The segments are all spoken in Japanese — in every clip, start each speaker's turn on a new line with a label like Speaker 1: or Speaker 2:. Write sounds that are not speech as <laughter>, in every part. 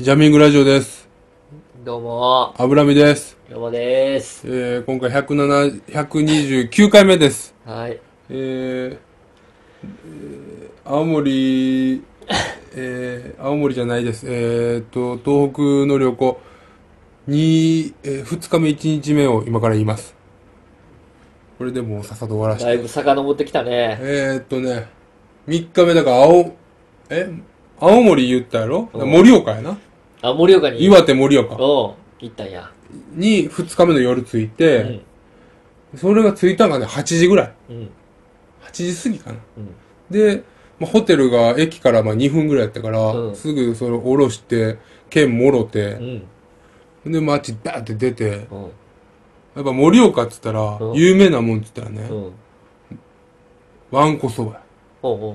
Speaker 1: ジャミングラジオです。
Speaker 2: どうも、
Speaker 1: 油見です。
Speaker 2: よもです。
Speaker 1: えー、今回107 129回目です。
Speaker 2: はい。
Speaker 1: えー、えー青森、えー、青森じゃないです。えーっと、東北の旅行、に、えー、2日目1日目を今から言います。これでもうさっさと終わらし
Speaker 2: だいぶ
Speaker 1: て。
Speaker 2: 遡ってきたね。
Speaker 1: えー、っとね、3日目だから青、え青森言ったやろ
Speaker 2: うん
Speaker 1: 盛岡やな。
Speaker 2: あ、盛岡に。
Speaker 1: 岩手盛岡。
Speaker 2: お行ったんや。
Speaker 1: に2日目の夜着いうて
Speaker 2: ん。、
Speaker 1: それが着いたのがね、8時ぐらい。
Speaker 2: うん。
Speaker 1: 8時過ぎかな。
Speaker 2: うん。
Speaker 1: で、まあ、ホテルが駅からまあ2分ぐらいやったから、
Speaker 2: うん
Speaker 1: すぐそれ降ろして、券もろ
Speaker 2: う
Speaker 1: て、
Speaker 2: ん。
Speaker 1: で、街バーって出て、
Speaker 2: うん。
Speaker 1: やっぱ盛岡っつったら
Speaker 2: う、ん
Speaker 1: 有名なもんっつったらね、
Speaker 2: うん。
Speaker 1: わんこそばや
Speaker 2: おうお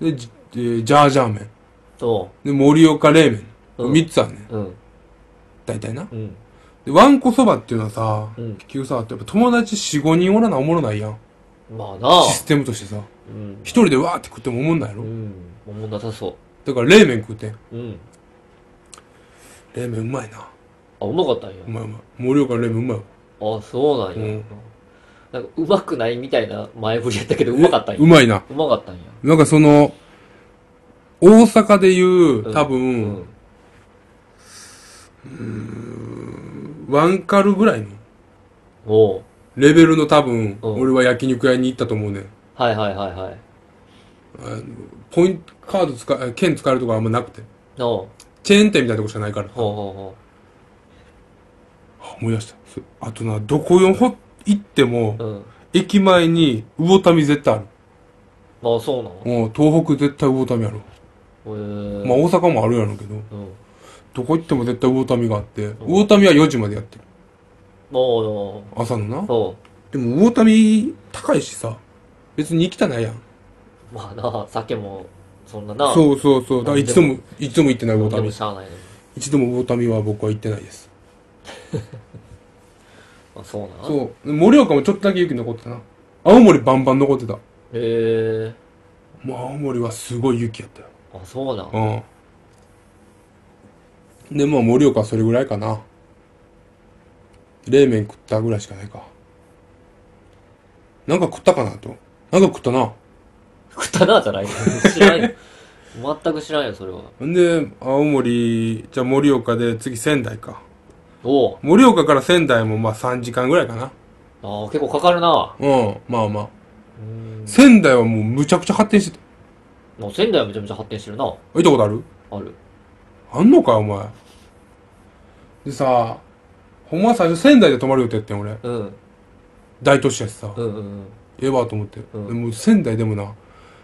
Speaker 2: う
Speaker 1: で、じえージャージャー麺。
Speaker 2: おう。
Speaker 1: で、盛岡冷麺。
Speaker 2: うん
Speaker 1: 3つあんねん。
Speaker 2: おう。うん。
Speaker 1: 大体な。
Speaker 2: うん。
Speaker 1: で、わんこそばっていうのはさ、
Speaker 2: うん
Speaker 1: 結局さ、やっぱ友達4、5人おらなおもろないやん。
Speaker 2: まあな
Speaker 1: システムとしてさ。
Speaker 2: うん
Speaker 1: 一。人でわーって食ってもおもんないや
Speaker 2: う
Speaker 1: ろ、
Speaker 2: ん。おもんなさそ
Speaker 1: だから冷麺食うてん。
Speaker 2: う。うん。
Speaker 1: 冷麺うまいな。
Speaker 2: あ、うまかったんや
Speaker 1: う。まいうまい。盛岡冷麺うまいわ。
Speaker 2: あ、そうなんや。
Speaker 1: うん
Speaker 2: なんか、うまくないみたいな前振りやったけど、うまかったんや。
Speaker 1: うまいな。
Speaker 2: うまかったんや。
Speaker 1: なんかその、大阪でいうう、
Speaker 2: ん
Speaker 1: 多
Speaker 2: う
Speaker 1: 分、。ワンカルぐらいの
Speaker 2: おう。
Speaker 1: レベルの多分、
Speaker 2: うん
Speaker 1: 俺は焼肉屋に行ったと思うねん。
Speaker 2: はいはいはいはい。
Speaker 1: ポイント、カード使え、券使えるとこあんまなくて。
Speaker 2: おう。
Speaker 1: チェーン店みたいなとこしかないから。
Speaker 2: ほうほうほ
Speaker 1: あ思い出した。そあとな、どこよほ行っても
Speaker 2: う。、うん。
Speaker 1: 駅前に魚民絶対ある。
Speaker 2: まあ、そうなの。
Speaker 1: もう東北絶対魚民ある。
Speaker 2: へー
Speaker 1: まあ大阪もあるやろうけど、
Speaker 2: うん。
Speaker 1: どこ行っても絶対魚民があって、
Speaker 2: ん
Speaker 1: 魚民は4時までやってる。
Speaker 2: も
Speaker 1: 朝のな
Speaker 2: う、。そ
Speaker 1: でも魚民高いしさ、別に行きたないやん。
Speaker 2: う。まあな、酒も、そんなな。う。
Speaker 1: そうそうそう。だから一度も、一度も行ってない
Speaker 2: で
Speaker 1: 魚
Speaker 2: も
Speaker 1: 民
Speaker 2: し。ゃあないのに。
Speaker 1: 一度も魚民は僕は行ってないです。
Speaker 2: あ、そうなの
Speaker 1: そう。盛岡もちょっとだけ雪残ってたな。青森バンバン残ってた。
Speaker 2: へえ。
Speaker 1: もう青森はすごい雪やったよ。
Speaker 2: あ、そうなん。
Speaker 1: うん。で、まあ盛岡はそれぐらいかな。冷麺食ったぐらいしかないか。なんか食ったかなと。なんか食ったな。
Speaker 2: 食ったな、じゃないの。知らんよ。全く知らんよ、それは。
Speaker 1: んで、青森、じゃあ盛岡で次仙台か。
Speaker 2: おう。
Speaker 1: 盛岡から仙台もまあ3時間ぐらいかな。
Speaker 2: あー結構かかるな。
Speaker 1: うん、まあまあ。
Speaker 2: うん。
Speaker 1: 仙台はもうむちゃくちゃ発展してた。
Speaker 2: もう仙台はめちゃめちゃ発展してるな。
Speaker 1: 行ったことある
Speaker 2: ある。
Speaker 1: あんのかよ、お前。でさ、ほんまは最初仙台で泊まる予定やってん、俺。
Speaker 2: うん。うん
Speaker 1: 大都市やしさ。
Speaker 2: うんうん。
Speaker 1: ええわと思って。
Speaker 2: うん
Speaker 1: でも仙台でもな、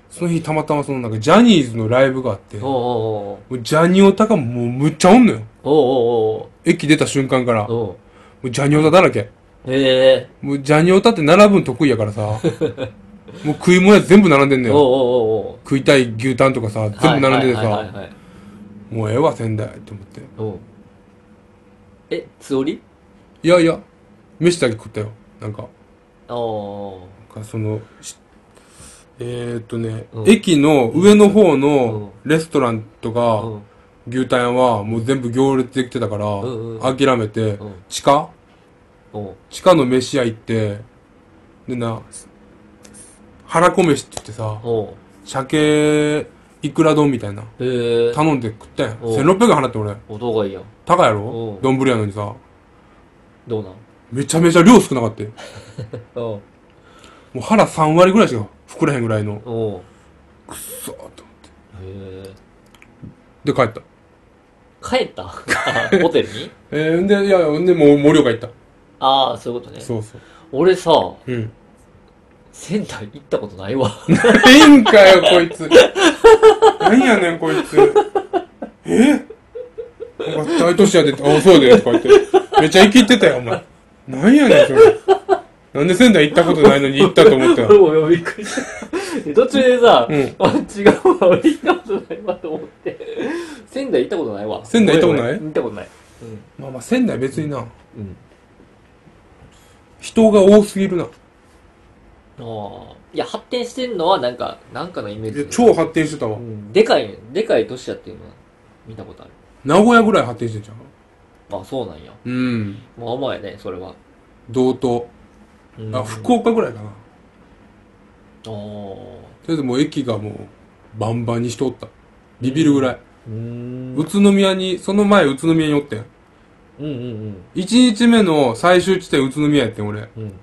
Speaker 1: その日たまたまそのなんかジャニーズのライブがあって、も
Speaker 2: おうおうおう
Speaker 1: うジャニオタがもうむっちゃおんのよ。
Speaker 2: おうおう
Speaker 1: 駅出た瞬間から、
Speaker 2: おう
Speaker 1: も
Speaker 2: おうおう
Speaker 1: うジャニオタだらけ。
Speaker 2: へえ。
Speaker 1: もうジャニオタって並ぶん得意やから <laughs> さ、もう食い物やつ全部並んでんの
Speaker 2: おう
Speaker 1: よ。
Speaker 2: おうおうおう。
Speaker 1: 食いたい牛タンとかさ、全部並んでて
Speaker 2: はいはいはい
Speaker 1: さ、
Speaker 2: はいはい。
Speaker 1: もうええわ、仙台って思って。
Speaker 2: おうえ、つおり
Speaker 1: いやいや、飯だけ食ったよ。なんか、
Speaker 2: ああ。
Speaker 1: なんかその、しえー、っとね、
Speaker 2: うん
Speaker 1: 駅の上の方の
Speaker 2: う
Speaker 1: レストランと
Speaker 2: う
Speaker 1: か、
Speaker 2: ん。
Speaker 1: 牛タン屋はもう全部行列できてたから
Speaker 2: んうん、
Speaker 1: 諦めて
Speaker 2: うん、
Speaker 1: 地下
Speaker 2: おう
Speaker 1: 地下の飯屋行って、でな、腹こ飯って言ってさ、
Speaker 2: おう
Speaker 1: 鮭、いくら丼みたいな、
Speaker 2: へえ。
Speaker 1: 頼んで食ったやん。
Speaker 2: うん
Speaker 1: 1600円払って俺、
Speaker 2: おどうがいいやん。
Speaker 1: 高いや
Speaker 2: う
Speaker 1: ろ
Speaker 2: ん
Speaker 1: 丼やのにさ、
Speaker 2: どうなん
Speaker 1: めちゃめちゃ量少なかったよ
Speaker 2: うん。
Speaker 1: もう腹3割ぐらいしか膨らへんぐらいの、
Speaker 2: おう
Speaker 1: くそーっと。
Speaker 2: へえ。
Speaker 1: で帰った。
Speaker 2: 帰った <laughs> ホテルに
Speaker 1: えー、んで、いや、んで、もう、盛岡行った。
Speaker 2: ああ、そういうことね。
Speaker 1: そうそう。
Speaker 2: 俺さ、
Speaker 1: うん。 <laughs>
Speaker 2: 仙台行ったことないわ。
Speaker 1: ないんかよ、こいつ。なんやねん、こいつ。えなんか、大都市やで、あ、そうだよ、こうやって。めっちゃ生きてたよ、お前。なんやねん、それ。なんで仙台行ったことないのに行ったと思った
Speaker 2: <laughs> 俺
Speaker 1: よ。
Speaker 2: もびっくりした。途中でさ、
Speaker 1: うん
Speaker 2: あ、違うわ、俺行ったことないわと思って。仙台行ったことないわ。
Speaker 1: 仙台行ったことない
Speaker 2: ごめんごめん行ったことない。
Speaker 1: まあまあ、仙台別にな、
Speaker 2: うん。うん。
Speaker 1: 人が多すぎるな。
Speaker 2: ああ。いや、発展してんのはなんか、なんかのイメージ。
Speaker 1: 超発展してたわ
Speaker 2: う。んでかいね、でかい都市やっていうのは。見たことある。
Speaker 1: 名古屋ぐらい発展してんじゃん。
Speaker 2: あ、そうなんや。
Speaker 1: うん。
Speaker 2: まあまあやね、それは。
Speaker 1: 道東。
Speaker 2: うん
Speaker 1: あ、福岡ぐらいかな。
Speaker 2: あー
Speaker 1: とりあえずもう駅がもう、バンバンにしとった。ビビるぐらい。
Speaker 2: うーん。
Speaker 1: 宇都宮に、その前宇都宮におってん。
Speaker 2: うんうん
Speaker 1: 1日目の最終地点宇都宮やってん、俺。
Speaker 2: うん。うん。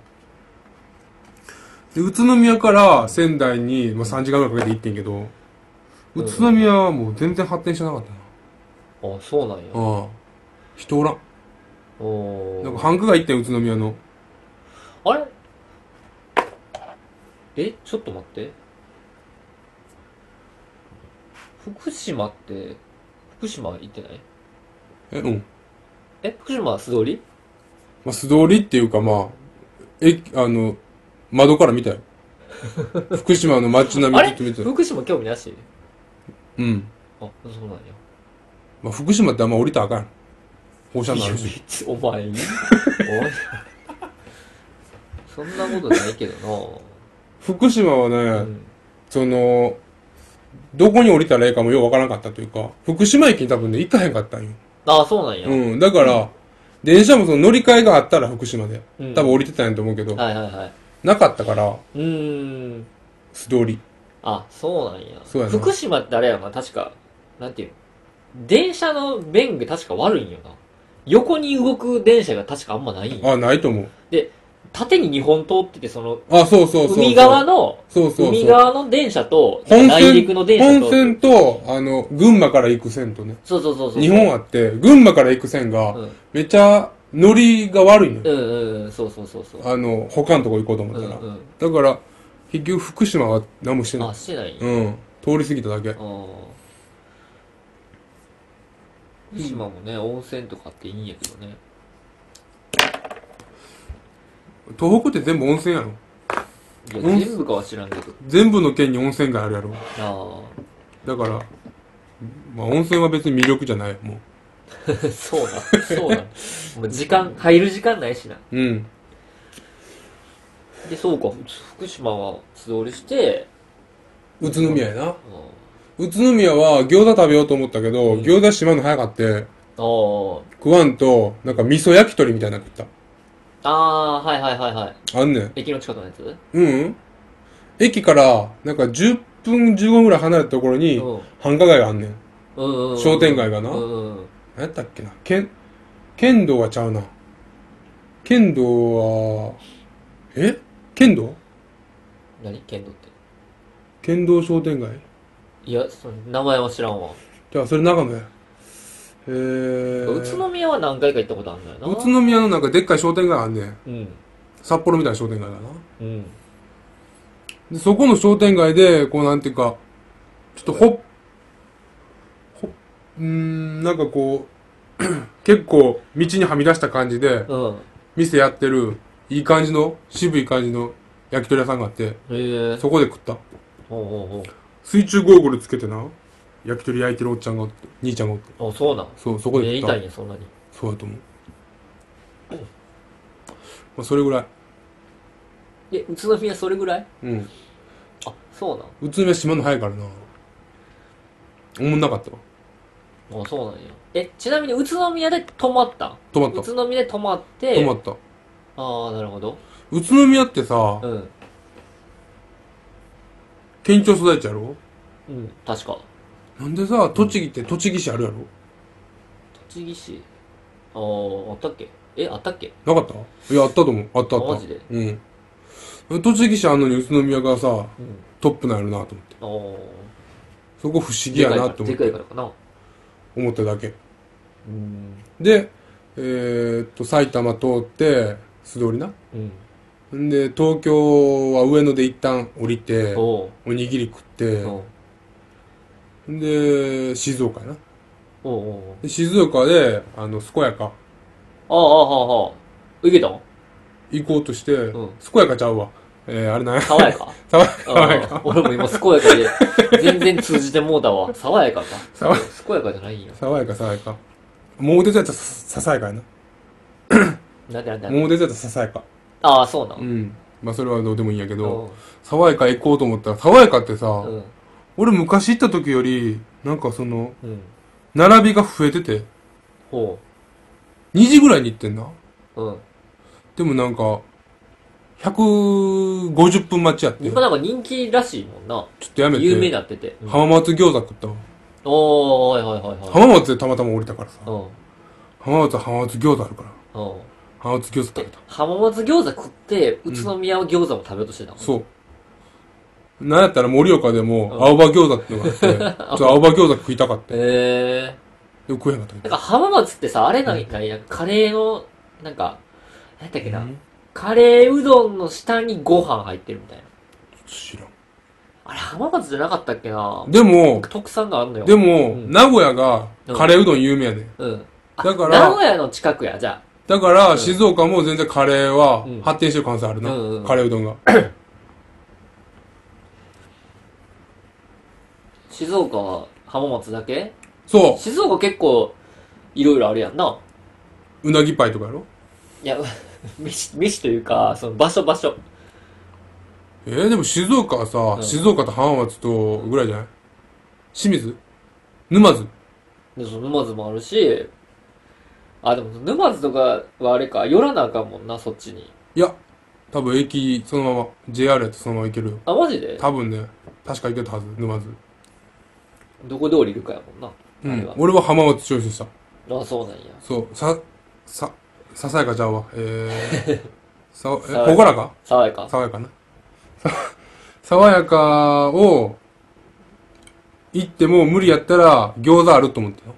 Speaker 1: で、宇都宮から仙台に、まあ、3時間ぐらいかけて行ってんけど、
Speaker 2: うん
Speaker 1: 宇都宮はもう全然発展してなかったな。
Speaker 2: あ、そうなんや。
Speaker 1: ああ。人おらん。
Speaker 2: おー
Speaker 1: なんか、繁華街行ってん、宇都宮の。
Speaker 2: あれえ、ちょっと待って。福島って、福島行ってない
Speaker 1: え、うん。
Speaker 2: え、福島は素通り
Speaker 1: まあ、素通りっていうか、まあ、え、あの、窓から見
Speaker 2: <laughs>
Speaker 1: たよ。福島の街並み
Speaker 2: あ
Speaker 1: ず
Speaker 2: れ
Speaker 1: っと見てたよ。
Speaker 2: 福島興味なし
Speaker 1: うん。
Speaker 2: あ、そうなんや。
Speaker 1: まあ、福島ってあんま降りたらあかん。放射
Speaker 2: い
Speaker 1: 能あ
Speaker 2: や
Speaker 1: るし。
Speaker 2: 別にお
Speaker 1: <laughs>
Speaker 2: 前いいおいそんなことないけど
Speaker 1: 福島はね、
Speaker 2: なうん
Speaker 1: その、どこに降りたらいいかもようわからんかったというか、福島駅に多分ね、行かへんかったんよ。
Speaker 2: ああ、そうなんや。
Speaker 1: うん。だから、電車もその乗り換えがあったら福島で。
Speaker 2: うん
Speaker 1: 多分降りてたんやと思うけど、
Speaker 2: はいはいはい。
Speaker 1: なかったから、
Speaker 2: うーん。
Speaker 1: 素通り。
Speaker 2: あ、そうなんや。
Speaker 1: そうやな
Speaker 2: 福島ってあれやな、確か、なんていうの電車の便が確か悪いんよな。横に動く電車が確かあんまないんよ。
Speaker 1: あ、ないと思う。
Speaker 2: 縦に2本通ってて、その、
Speaker 1: あ、そうそうそうそう。
Speaker 2: 海側の、
Speaker 1: そうそうそう。
Speaker 2: 海側の電車と、
Speaker 1: 本
Speaker 2: 内
Speaker 1: 線
Speaker 2: 陸の電
Speaker 1: 本
Speaker 2: 車と、
Speaker 1: 線と、あの、群馬から行く線とね。
Speaker 2: そうそうそうそう。
Speaker 1: 日本あって、群馬から行く線が、
Speaker 2: うん
Speaker 1: めっちゃ乗りが悪いの
Speaker 2: う
Speaker 1: よ。
Speaker 2: んうんうん、そうそうそうそう。
Speaker 1: あの、他のとこ行こうと
Speaker 2: う
Speaker 1: 思
Speaker 2: ん
Speaker 1: ったら。
Speaker 2: うん。
Speaker 1: だから、結局福島は何もしてない
Speaker 2: あ、。してないんや。
Speaker 1: うん。通り過ぎただけ。
Speaker 2: あー福島もね、温泉とかあっていいんやけどね。
Speaker 1: 東北って全部温泉やろ。
Speaker 2: いや、
Speaker 1: 温
Speaker 2: 全部かは知らんけど。
Speaker 1: 全部の県に温泉街あるやろ。
Speaker 2: あ
Speaker 1: だから、まあ温泉は別に魅力じゃない。も
Speaker 2: あ。そうだ、そうだ。もう時間、入る時間ないしな。
Speaker 1: う。うん。
Speaker 2: で、そうか、福島は素通りして、
Speaker 1: 宇都宮やな。
Speaker 2: あー
Speaker 1: 宇都宮は餃子食べようと思ったけど、餃子しまうの早かって、
Speaker 2: あー、
Speaker 1: 食わんと、なんか味噌焼き鳥みたいなの食った。
Speaker 2: あーはいはいはいはい。
Speaker 1: あんねん。
Speaker 2: 駅の近くのやつう
Speaker 1: うん。駅から、なんか10分15分ぐらい離れたところに、
Speaker 2: ん。
Speaker 1: 繁華街があんねん。
Speaker 2: うんうんうん。
Speaker 1: 商店街がな
Speaker 2: うんうん。
Speaker 1: 何やったっけな。剣、剣道はちゃうな。剣道は、え剣道
Speaker 2: 何剣道って。
Speaker 1: 剣道商店街
Speaker 2: いや、その名前は知らんわ。
Speaker 1: じゃあ、それ長野や。えー、
Speaker 2: 宇都宮は何回か行ったことあるんだよな。
Speaker 1: 宇都宮のなんかでっかい商店街あんねん。
Speaker 2: うん。
Speaker 1: 札幌みたいな商店街だな。
Speaker 2: うん。
Speaker 1: で、そこの商店街で、こうなんていうか、ちょっとほっ、ほっ、うーん、なんかこう、 <clears throat> 結構道にはみ出した感じで、
Speaker 2: うん。
Speaker 1: 店やってる、いい感じの、渋い感じの焼き鳥屋さんがあって、
Speaker 2: へえ。
Speaker 1: そこで食った。
Speaker 2: ほうほう
Speaker 1: 水中ゴーグルつけてな、焼き鳥焼いてるおっちゃんがおって、兄ちゃんがおって。
Speaker 2: ほう。あ、そうなん。
Speaker 1: そう、そこ
Speaker 2: え
Speaker 1: で
Speaker 2: ー
Speaker 1: 食っ
Speaker 2: 痛
Speaker 1: た。
Speaker 2: いんや、そんなに。
Speaker 1: そうだと思う。まあ、それぐらい。
Speaker 2: え、宇都宮それぐらい
Speaker 1: うん。
Speaker 2: あ、そうな
Speaker 1: 宇
Speaker 2: ん。
Speaker 1: 都宮閉まんの早いからな。思んなかったわ。
Speaker 2: あ、そうなんや。え、ちなみに宇都宮で泊まったん
Speaker 1: 止ま
Speaker 2: 宇
Speaker 1: った。
Speaker 2: 都宮で泊まって、
Speaker 1: 止まった。
Speaker 2: ああ、なるほど。
Speaker 1: 宇都宮ってさ
Speaker 2: う、ん。
Speaker 1: 県庁所在地やろ
Speaker 2: うん、確か。
Speaker 1: なんでさ、栃木って栃木市あるや
Speaker 2: 栃木市。ああ、あったっけえ、あったっけ
Speaker 1: ろなかったいや、あったと思う。あったあった。
Speaker 2: あマジで
Speaker 1: うん。栃木市あんのに宇都宮がさ、
Speaker 2: うん。
Speaker 1: トップなんやろなと思って。
Speaker 2: あ
Speaker 1: そこ不思
Speaker 2: あ。
Speaker 1: 議
Speaker 2: で
Speaker 1: や
Speaker 2: かいか
Speaker 1: な
Speaker 2: ら、
Speaker 1: と思
Speaker 2: で
Speaker 1: っ
Speaker 2: かい
Speaker 1: て
Speaker 2: からかな。
Speaker 1: 思っただけ。
Speaker 2: うん。
Speaker 1: で、えー、っと、埼玉通って、素通りな。
Speaker 2: うん。
Speaker 1: んで、東京は上野で一旦降りて、お
Speaker 2: おう。
Speaker 1: にぎり食って、
Speaker 2: おう。
Speaker 1: んで、静岡やな。
Speaker 2: おうおう。
Speaker 1: で静岡で、あの、健やか
Speaker 2: ああ、ああ、ああ。受けたん
Speaker 1: 行こうとして、
Speaker 2: ん
Speaker 1: 健やかちゃうわ。えー、あれなんや。
Speaker 2: 爽やか
Speaker 1: 爽やか <laughs> 爽やか。
Speaker 2: ああ俺も今、健やかで、全然通じてもうたわ。爽やかか。
Speaker 1: 爽や
Speaker 2: 健やかじゃないんや。
Speaker 1: 爽やか爽やか桃鉄やったらさささやかやな
Speaker 2: なんでなんでなんで
Speaker 1: 桃鉄やったらささやか
Speaker 2: ああ、そうなん。
Speaker 1: うんまあそれはどうでもいいんやけど爽やか行こうと思ったら爽やかってさ、
Speaker 2: うん。
Speaker 1: 俺昔行った時よりなんかその
Speaker 2: うん。
Speaker 1: 並びが増えてて、
Speaker 2: ほ
Speaker 1: 2時ぐらいに行ってんな。
Speaker 2: う。うん。
Speaker 1: でもなんか、150分待ちやって、ち
Speaker 2: 今
Speaker 1: ょっ
Speaker 2: なんか人気らしいもんな。
Speaker 1: とやめて、
Speaker 2: 有名になってて。うん、
Speaker 1: 浜松餃子食ったわ。
Speaker 2: おー、はいはいはいはい。
Speaker 1: 浜松でたまたま降りたからさ。
Speaker 2: うん。
Speaker 1: 浜松は浜松餃子あるから。
Speaker 2: うん。
Speaker 1: 浜松餃子食べ
Speaker 2: で
Speaker 1: た。
Speaker 2: 浜松餃子食って、宇都宮餃子も食べようとしてたもん。
Speaker 1: そう。なんやったら盛岡でも、
Speaker 2: うん
Speaker 1: 青葉餃子ってのがあ
Speaker 2: <laughs>
Speaker 1: って、ちょっと青葉餃子食いたかった。で
Speaker 2: へ
Speaker 1: も食えへんかったけ
Speaker 2: ー。
Speaker 1: ど
Speaker 2: なんか浜松ってさ、あれなんか、なんかカレーの、なんか、なんだっけな、カレーうどんの下にご飯入ってるみたいな。
Speaker 1: 知らん。
Speaker 2: あれ浜松じゃなかったっけな
Speaker 1: でも、
Speaker 2: 特産があるのよ。
Speaker 1: でも、
Speaker 2: うん
Speaker 1: 名古屋がカレーうどん有名やで。
Speaker 2: うん。あ
Speaker 1: だから
Speaker 2: 名古屋の近くや、じゃ
Speaker 1: だから、静岡も全然カレーは
Speaker 2: うん
Speaker 1: 発展してる可能性あるな。
Speaker 2: うんうん
Speaker 1: カレーうどんが。
Speaker 2: あ。静岡は浜松だけ
Speaker 1: そ
Speaker 2: 静岡結構、いろいろあるやんな。
Speaker 1: う、うなぎパイとかやろ
Speaker 2: いや、 <laughs> 飯、飯というか、その場所場所。
Speaker 1: えー、でも静岡はさ、
Speaker 2: うん
Speaker 1: 静岡と浜松とぐらいじゃない清水沼津
Speaker 2: で、その沼津もあるし、あ、でも沼津とかはあれか、寄らなあかんもんな、そっちに。
Speaker 1: いや、多分駅、そのまま、JR やとそのまま行けるよ。
Speaker 2: あ、マジで
Speaker 1: 多分ね、確か行けたはず、沼津。
Speaker 2: どこで降りるかやもんな。
Speaker 1: う
Speaker 2: あれ
Speaker 1: ん
Speaker 2: は。
Speaker 1: 俺は浜松チョイスした。
Speaker 2: あ、そうなんや。
Speaker 1: そう、さ、さ、ささやかちゃうわ。
Speaker 2: <laughs>
Speaker 1: えー、さ、え、
Speaker 2: さわやか
Speaker 1: ほがらか
Speaker 2: 爽やか。
Speaker 1: 爽やかな。さ爽やかを、行っても無理やったら、餃子あると思ってよ。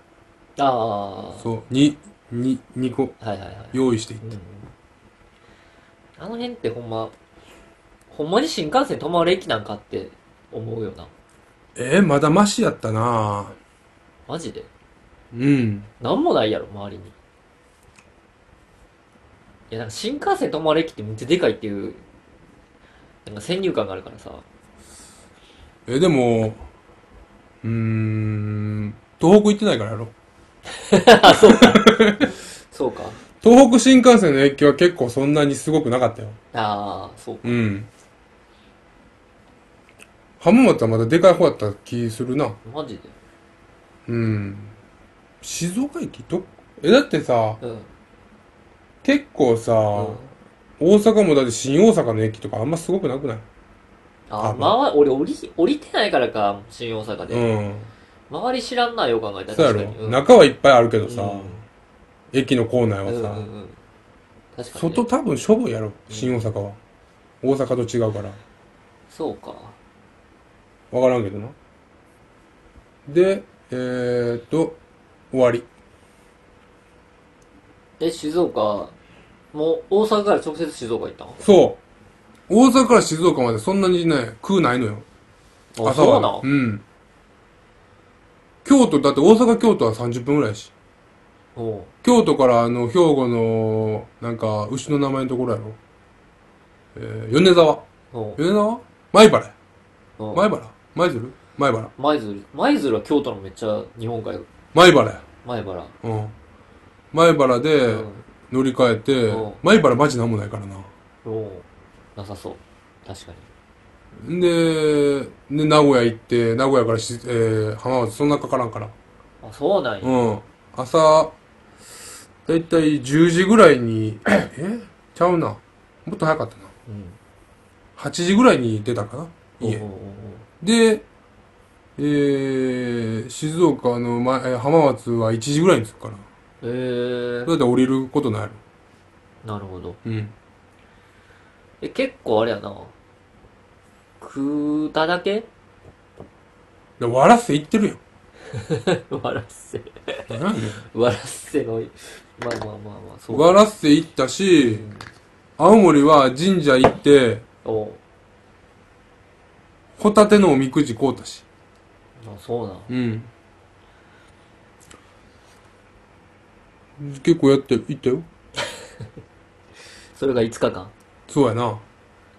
Speaker 2: ああ。は
Speaker 1: そう、に、に、2個
Speaker 2: いはいはい。
Speaker 1: 用意していっ
Speaker 2: う
Speaker 1: て。
Speaker 2: ん。あの辺ってほんま、ほんまに新幹線止まる駅なんかって思うよな。
Speaker 1: えー、まだマシやったな
Speaker 2: マジで。
Speaker 1: うん。
Speaker 2: なんもないやろ、周りに。いや、なんか新幹線止まる駅ってめっちゃでかいっていう、なんか先入観があるからさ。
Speaker 1: えー、でも、うーん、東北行ってないからやろ。
Speaker 2: あ、そうか。 <laughs> そうか。
Speaker 1: 東北新幹線の影響は結構そんなにすごくなかったよ。
Speaker 2: ああ、そうか。
Speaker 1: うん。浜松はまだでかい方やった気するな。
Speaker 2: マジで。
Speaker 1: うん。静岡駅どっえ、だってさ、
Speaker 2: うん。
Speaker 1: 結構さ、
Speaker 2: うん
Speaker 1: 大阪もだって新大阪の駅とかあんますごくなくない
Speaker 2: あ
Speaker 1: あ
Speaker 2: ー、まあ、俺降り、降りてないからか、新大阪で。
Speaker 1: うん。
Speaker 2: 周り知らんな、よう考えたら
Speaker 1: そうや
Speaker 2: 確か
Speaker 1: ろ
Speaker 2: に。、うん
Speaker 1: 中はいっぱいあるけどさ、
Speaker 2: うん
Speaker 1: 駅の構内
Speaker 2: う
Speaker 1: は
Speaker 2: んうん
Speaker 1: さ、
Speaker 2: うん。確かにね、
Speaker 1: 外多分しょぼいやろ、新大阪は。大阪と違うから。
Speaker 2: そうか。
Speaker 1: わからんけどな。で、えーっと、終わり。
Speaker 2: え、静岡、もう大阪から直接静岡行ったん
Speaker 1: そう。大阪から静岡までそんなにね、空ないのよ。
Speaker 2: あ、
Speaker 1: 朝
Speaker 2: そう
Speaker 1: は。
Speaker 2: なん
Speaker 1: うん。京都、だって大阪、京都は30分ぐらいやし。
Speaker 2: おう
Speaker 1: 京都からあの、兵庫の、なんか、牛の名前のところやろ。えー、米沢。
Speaker 2: おう
Speaker 1: 米沢米原や。
Speaker 2: おう
Speaker 1: 米原舞鶴米原。
Speaker 2: 舞鶴。舞鶴は京都のめっちゃ日本海、
Speaker 1: 米原や。
Speaker 2: 前原。
Speaker 1: うん。米原
Speaker 2: う
Speaker 1: で
Speaker 2: ん。
Speaker 1: 乗り換えて
Speaker 2: うん、
Speaker 1: 米原マジなんもないからな。
Speaker 2: おうなさそう。確かに。
Speaker 1: で、で、名古屋行って、名古屋からし、えー、浜松、そんなかからんから。
Speaker 2: あ、そうなんや。
Speaker 1: うん。朝、だいたい10時ぐらいに、えちゃうな。もっと早かったな。
Speaker 2: うん。
Speaker 1: 8時ぐらいに出たかな。
Speaker 2: おうおう
Speaker 1: 家
Speaker 2: おう。
Speaker 1: で、えー、静岡の、ま、えー浜松は1時ぐらいに着くから。
Speaker 2: おうえ
Speaker 1: だって降りることないやろ。
Speaker 2: ー、なるほど。
Speaker 1: うん。
Speaker 2: え、結構あれやな。食うただけ <laughs>
Speaker 1: で、わらせ行ってるやん。
Speaker 2: わらっせ。
Speaker 1: 何
Speaker 2: <laughs>
Speaker 1: やねん
Speaker 2: わらっせの、まあまあまあまあ、そう。
Speaker 1: わらせ行った
Speaker 2: う
Speaker 1: し、
Speaker 2: ん
Speaker 1: 青森は神社行って、
Speaker 2: おう
Speaker 1: ホタテのおみくじ買うたし。
Speaker 2: あ、そうなん。
Speaker 1: うん。結構やって、行ったよ。
Speaker 2: それが5日間。
Speaker 1: そうやな。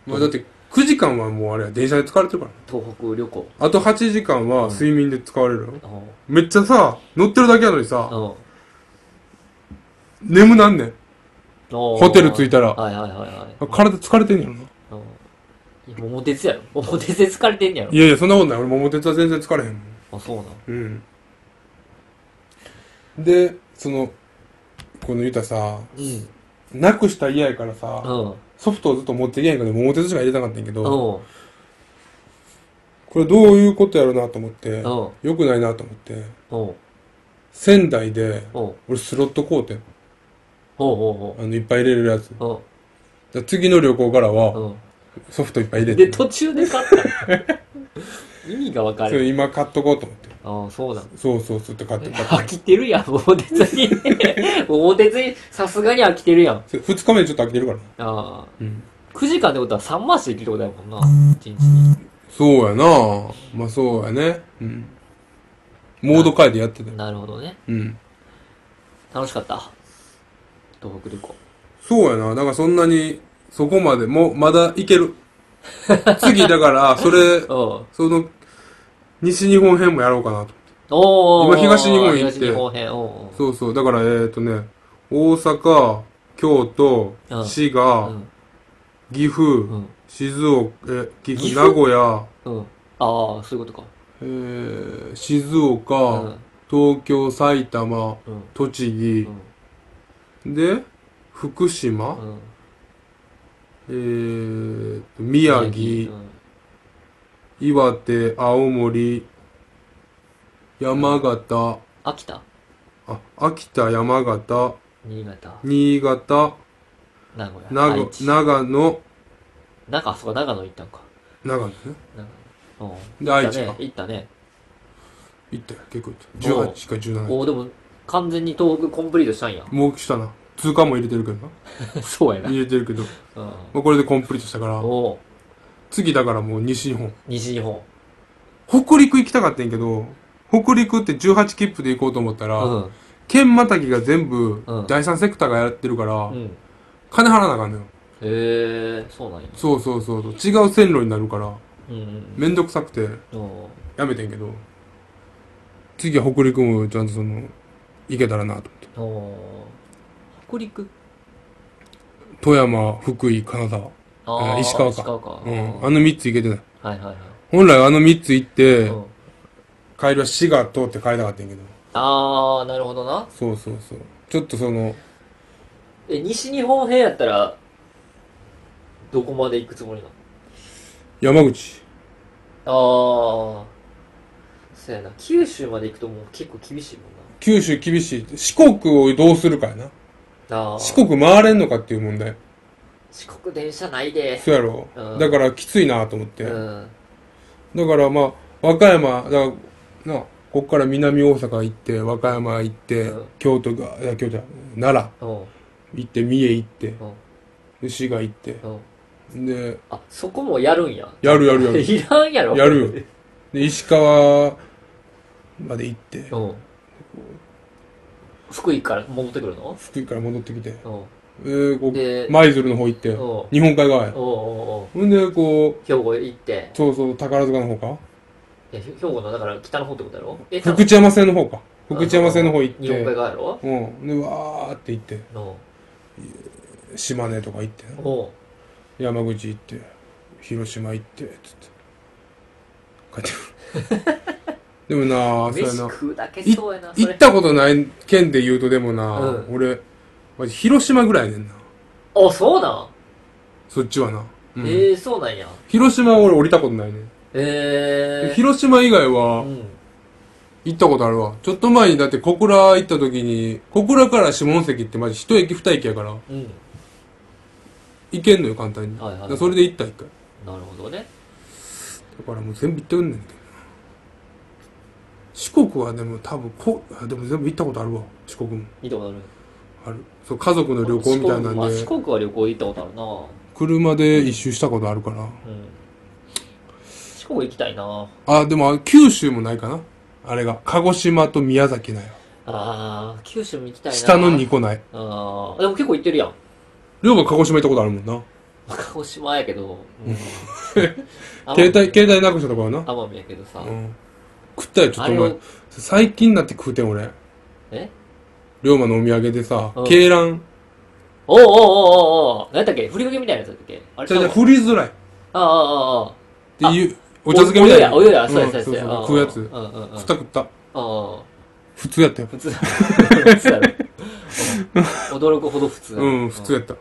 Speaker 1: まあだって、9時間はもうあれや、電車で疲れてるからね。
Speaker 2: 東北旅行。
Speaker 1: あと8時間は睡眠で使われるやろ
Speaker 2: おう
Speaker 1: めっちゃさ、乗ってるだけやのにさ、
Speaker 2: おう
Speaker 1: 眠なんねん。ホ
Speaker 2: ホ
Speaker 1: テル着いたら
Speaker 2: はいはいはいはい。
Speaker 1: 体疲れてんねやろな。
Speaker 2: うんいや桃鉄やろ。桃鉄で疲れてんねやろ
Speaker 1: い。やいや、そんなことない。俺、桃鉄は全然疲れへんもん。
Speaker 2: あ、そうなん。
Speaker 1: うん。で、その、この言うたらさ、
Speaker 2: うん。
Speaker 1: なくしたら嫌やからさ、
Speaker 2: うん。
Speaker 1: ソフトをずっと持っていけへんから、桃鉄しか入れたかったんやけ
Speaker 2: う
Speaker 1: ど、
Speaker 2: ん。
Speaker 1: これどういうことやろうなと思って、
Speaker 2: うん。
Speaker 1: 良くないなと思って、
Speaker 2: うん。
Speaker 1: 仙台で、
Speaker 2: うん。
Speaker 1: 俺スロット買うてん
Speaker 2: ほうほ
Speaker 1: あの、いっぱい入れれるやつ。だか
Speaker 2: うほ
Speaker 1: ら次の旅行から
Speaker 2: う。う
Speaker 1: は、
Speaker 2: ん。
Speaker 1: ソフトいっぱい入
Speaker 2: うん。
Speaker 1: れ
Speaker 2: で、
Speaker 1: て。
Speaker 2: 途中で買ったの意味がわか
Speaker 1: それ
Speaker 2: る。
Speaker 1: 今買っとこうと思って。
Speaker 2: ああ、そうなの。
Speaker 1: そうそうそうって買って、買って。
Speaker 2: 飽きてるやん、桃鉄に。桃鉄に、さすがに飽きてるやん。あ
Speaker 1: それ二日目でちょっと飽きてるからな。
Speaker 2: あ。
Speaker 1: うん。
Speaker 2: 9時間ってことは3回しできるってことやもんな。1日に。
Speaker 1: そうやなまあそうやね。うん。モード変えてやってたよ。
Speaker 2: なるほどね。
Speaker 1: うん。
Speaker 2: 楽しかった。東北旅行。
Speaker 1: そうやな。だからそんなに、そこまで、もう、まだいけ
Speaker 2: <laughs>
Speaker 1: る。次、だから、それ、
Speaker 2: うん。
Speaker 1: その、西日本編もやろうかなと。
Speaker 2: お
Speaker 1: 今
Speaker 2: ー。
Speaker 1: 東日本行って
Speaker 2: 東日本編。おー。
Speaker 1: そうそう。だから、えっ、ー、とね、大阪、京都
Speaker 2: うん、
Speaker 1: 滋
Speaker 2: う
Speaker 1: 賀、
Speaker 2: ん。
Speaker 1: 岐阜、
Speaker 2: うん。
Speaker 1: 静岡、え、岐
Speaker 2: 岐
Speaker 1: 阜、名
Speaker 2: 阜
Speaker 1: 古屋、
Speaker 2: うん。ああ、そういうことか。
Speaker 1: えー、静
Speaker 2: う
Speaker 1: 岡、
Speaker 2: ん。
Speaker 1: 東京、埼玉、
Speaker 2: うん。
Speaker 1: 栃
Speaker 2: う
Speaker 1: 木、
Speaker 2: ん。
Speaker 1: で、福島、
Speaker 2: うん。
Speaker 1: えーと、宮城
Speaker 2: う、ん
Speaker 1: 岩手、青森、山形、
Speaker 2: 秋田、
Speaker 1: あ、秋田、山形、
Speaker 2: 新潟、
Speaker 1: 新潟、
Speaker 2: 名古屋、
Speaker 1: 長
Speaker 2: 愛知。な
Speaker 1: 長野、
Speaker 2: んか、あそこ長野行ったんか。
Speaker 1: 長野ね。
Speaker 2: うん。行
Speaker 1: で、愛
Speaker 2: った
Speaker 1: 知か
Speaker 2: ね。。行ったね。
Speaker 1: 行ったよ、結構行った。18か17。。
Speaker 2: おー、でも、完全に東北コンプリートしたんや
Speaker 1: <laughs> もうしたな。通貨も入れてるけどな。
Speaker 2: そうやな。
Speaker 1: 入れてるけど、
Speaker 2: うん。
Speaker 1: まあ、これでコンプリートしたから、
Speaker 2: おー、
Speaker 1: 次だからもう西日本。
Speaker 2: 西日本。
Speaker 1: 北陸行きたかったんやけど、北陸って18切符で行こうと思った
Speaker 2: う
Speaker 1: ら、
Speaker 2: ん。
Speaker 1: 県またぎが全部
Speaker 2: うん
Speaker 1: 第三セクターがやってるから、
Speaker 2: うん。
Speaker 1: 金払わなあかんのよ
Speaker 2: へえ、そうなんや。
Speaker 1: そうそうそうそう違う線路になるから
Speaker 2: うんうん
Speaker 1: めんどくさくて
Speaker 2: うん。おー
Speaker 1: やめてんけど次は北陸もちゃんとその行けたらなと思って
Speaker 2: おー北陸
Speaker 1: 富山福井金沢、
Speaker 2: あー
Speaker 1: 石川か
Speaker 2: 石川か。
Speaker 1: うん、
Speaker 2: は
Speaker 1: あ
Speaker 2: い
Speaker 1: の3つ行けてない
Speaker 2: はいは
Speaker 1: 本来はあの3つ行って、
Speaker 2: い。うん。
Speaker 1: 帰りは滋賀通って帰りたかったんやけど
Speaker 2: あー、なるほどな。
Speaker 1: そうそうそうちょっとその
Speaker 2: え、西日本編やったら、どこまで行くつもりなの
Speaker 1: 山口
Speaker 2: ああ。そうやな。九州まで行くともう結構厳しいもん
Speaker 1: 九州厳しい四国をどうするかやな
Speaker 2: な。あー
Speaker 1: 四。国回れんのかっていう問題
Speaker 2: 四国電車ないで。
Speaker 1: そうやろ、
Speaker 2: うん
Speaker 1: だからきついなと思って、
Speaker 2: うん。
Speaker 1: だからまあ、和歌山、だからな、こっから南大阪行って、和歌山行って、
Speaker 2: うん
Speaker 1: 京都が、いや、京都じゃない奈
Speaker 2: うん。
Speaker 1: 良行って、三重行って
Speaker 2: うん、
Speaker 1: で滋賀行って、
Speaker 2: うん。
Speaker 1: で、
Speaker 2: あ、そこもやるんや。
Speaker 1: やるやるやる。
Speaker 2: <laughs> いらんやろ。
Speaker 1: やるよ。で、石川まで行って、
Speaker 2: うん。福井から戻ってくるの
Speaker 1: 福井から戻ってきて、
Speaker 2: うん。
Speaker 1: で、こ
Speaker 2: で
Speaker 1: う、舞鶴の方行って
Speaker 2: うん。、おう
Speaker 1: 日本海側や。
Speaker 2: おうおう
Speaker 1: ほんで、こう、
Speaker 2: 兵庫行って。
Speaker 1: そうそう、宝塚の方か
Speaker 2: いや、ひ兵庫のだから北の方ってことやろえ、
Speaker 1: 福知山線の方か。福知山線の方行っ
Speaker 2: 日本海
Speaker 1: て、
Speaker 2: 側やろ
Speaker 1: うん。で、わーって行って、
Speaker 2: うん。
Speaker 1: 島根とか行って。
Speaker 2: おう
Speaker 1: 山口行って広島行ってつって帰って
Speaker 2: <laughs>
Speaker 1: くるでもなそうやな
Speaker 2: 飯食うだけそうやな、そ
Speaker 1: 行っ
Speaker 2: れ。
Speaker 1: たことない県で言うとでもな、
Speaker 2: うん
Speaker 1: 俺マジ広島ぐらいやねんな
Speaker 2: あ、そうなん
Speaker 1: そっちはな、うん
Speaker 2: ええ、そうなんや。
Speaker 1: 広島は俺降りたことないね、
Speaker 2: ええ。
Speaker 1: 広島以外
Speaker 2: う
Speaker 1: は
Speaker 2: ん。
Speaker 1: 行ったことあるわちょっと前にだって小倉行った時に小倉から下関ってマジ一駅二駅やから
Speaker 2: うん。
Speaker 1: 行けんのよ簡単に、
Speaker 2: はいはいは
Speaker 1: だ
Speaker 2: い
Speaker 1: からそれで行った一回
Speaker 2: なるほど
Speaker 1: だ
Speaker 2: ね。
Speaker 1: からもう全部行ってくんねんけどな四国はでも多分こあでも全部行ったことあるわ四国も
Speaker 2: いいとこあ
Speaker 1: あ
Speaker 2: る。
Speaker 1: るそう家族の旅行みたいなん
Speaker 2: まあ
Speaker 1: で
Speaker 2: 四国は旅行行ったことあるな
Speaker 1: 車で一周したことあるから
Speaker 2: うん。四国行きたいな
Speaker 1: あでも九州もないかなあれが鹿児島と宮崎なんよ
Speaker 2: あー、九州も行きたいな
Speaker 1: 下の2。個ない
Speaker 2: あー、でも結構行ってるやん。
Speaker 1: 龍馬鹿児島行ったことあるもんな
Speaker 2: 鹿児島やけど。うん
Speaker 1: 携帯携帯なくしたとこはな、
Speaker 2: 奄美やけどさ
Speaker 1: う。ん、食ったよちょっ
Speaker 2: あ
Speaker 1: と
Speaker 2: れ
Speaker 1: 前
Speaker 2: を、
Speaker 1: 最近になって食うてん俺
Speaker 2: え
Speaker 1: 龍馬のお土産でさ
Speaker 2: うん
Speaker 1: 鶏卵
Speaker 2: おうおうおうおうおう何やったっけふりかけみたいなやつだったっけあれ
Speaker 1: じゃ
Speaker 2: ち
Speaker 1: じ
Speaker 2: ゃ
Speaker 1: ゃ
Speaker 2: うわ
Speaker 1: 振りづらいっ
Speaker 2: ああああああ。
Speaker 1: ていうお茶漬けみたいな
Speaker 2: おお湯や、お湯や、そうや、そうや、
Speaker 1: ん
Speaker 2: そうや。
Speaker 1: 食うやつ
Speaker 2: うんうんうん。
Speaker 1: 食った食った
Speaker 2: ああ。
Speaker 1: 普通やったよ。
Speaker 2: 普通だ。普通だろ。驚くほど普通だろ
Speaker 1: うん、普通やった。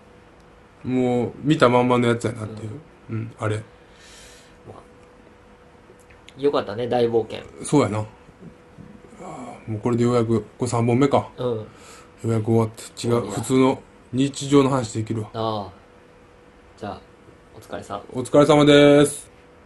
Speaker 1: もう、見たまんまのやつやなっていう。うん、あれ。
Speaker 2: よかったね、大冒険。
Speaker 1: そうやな。あーもうこれでようやく、これ3本目か。よ
Speaker 2: うん。
Speaker 1: うやく終わって、違う、普通の日常の話できるわ。
Speaker 2: ああ。じゃあ、お疲れさん。
Speaker 1: お疲れ様です。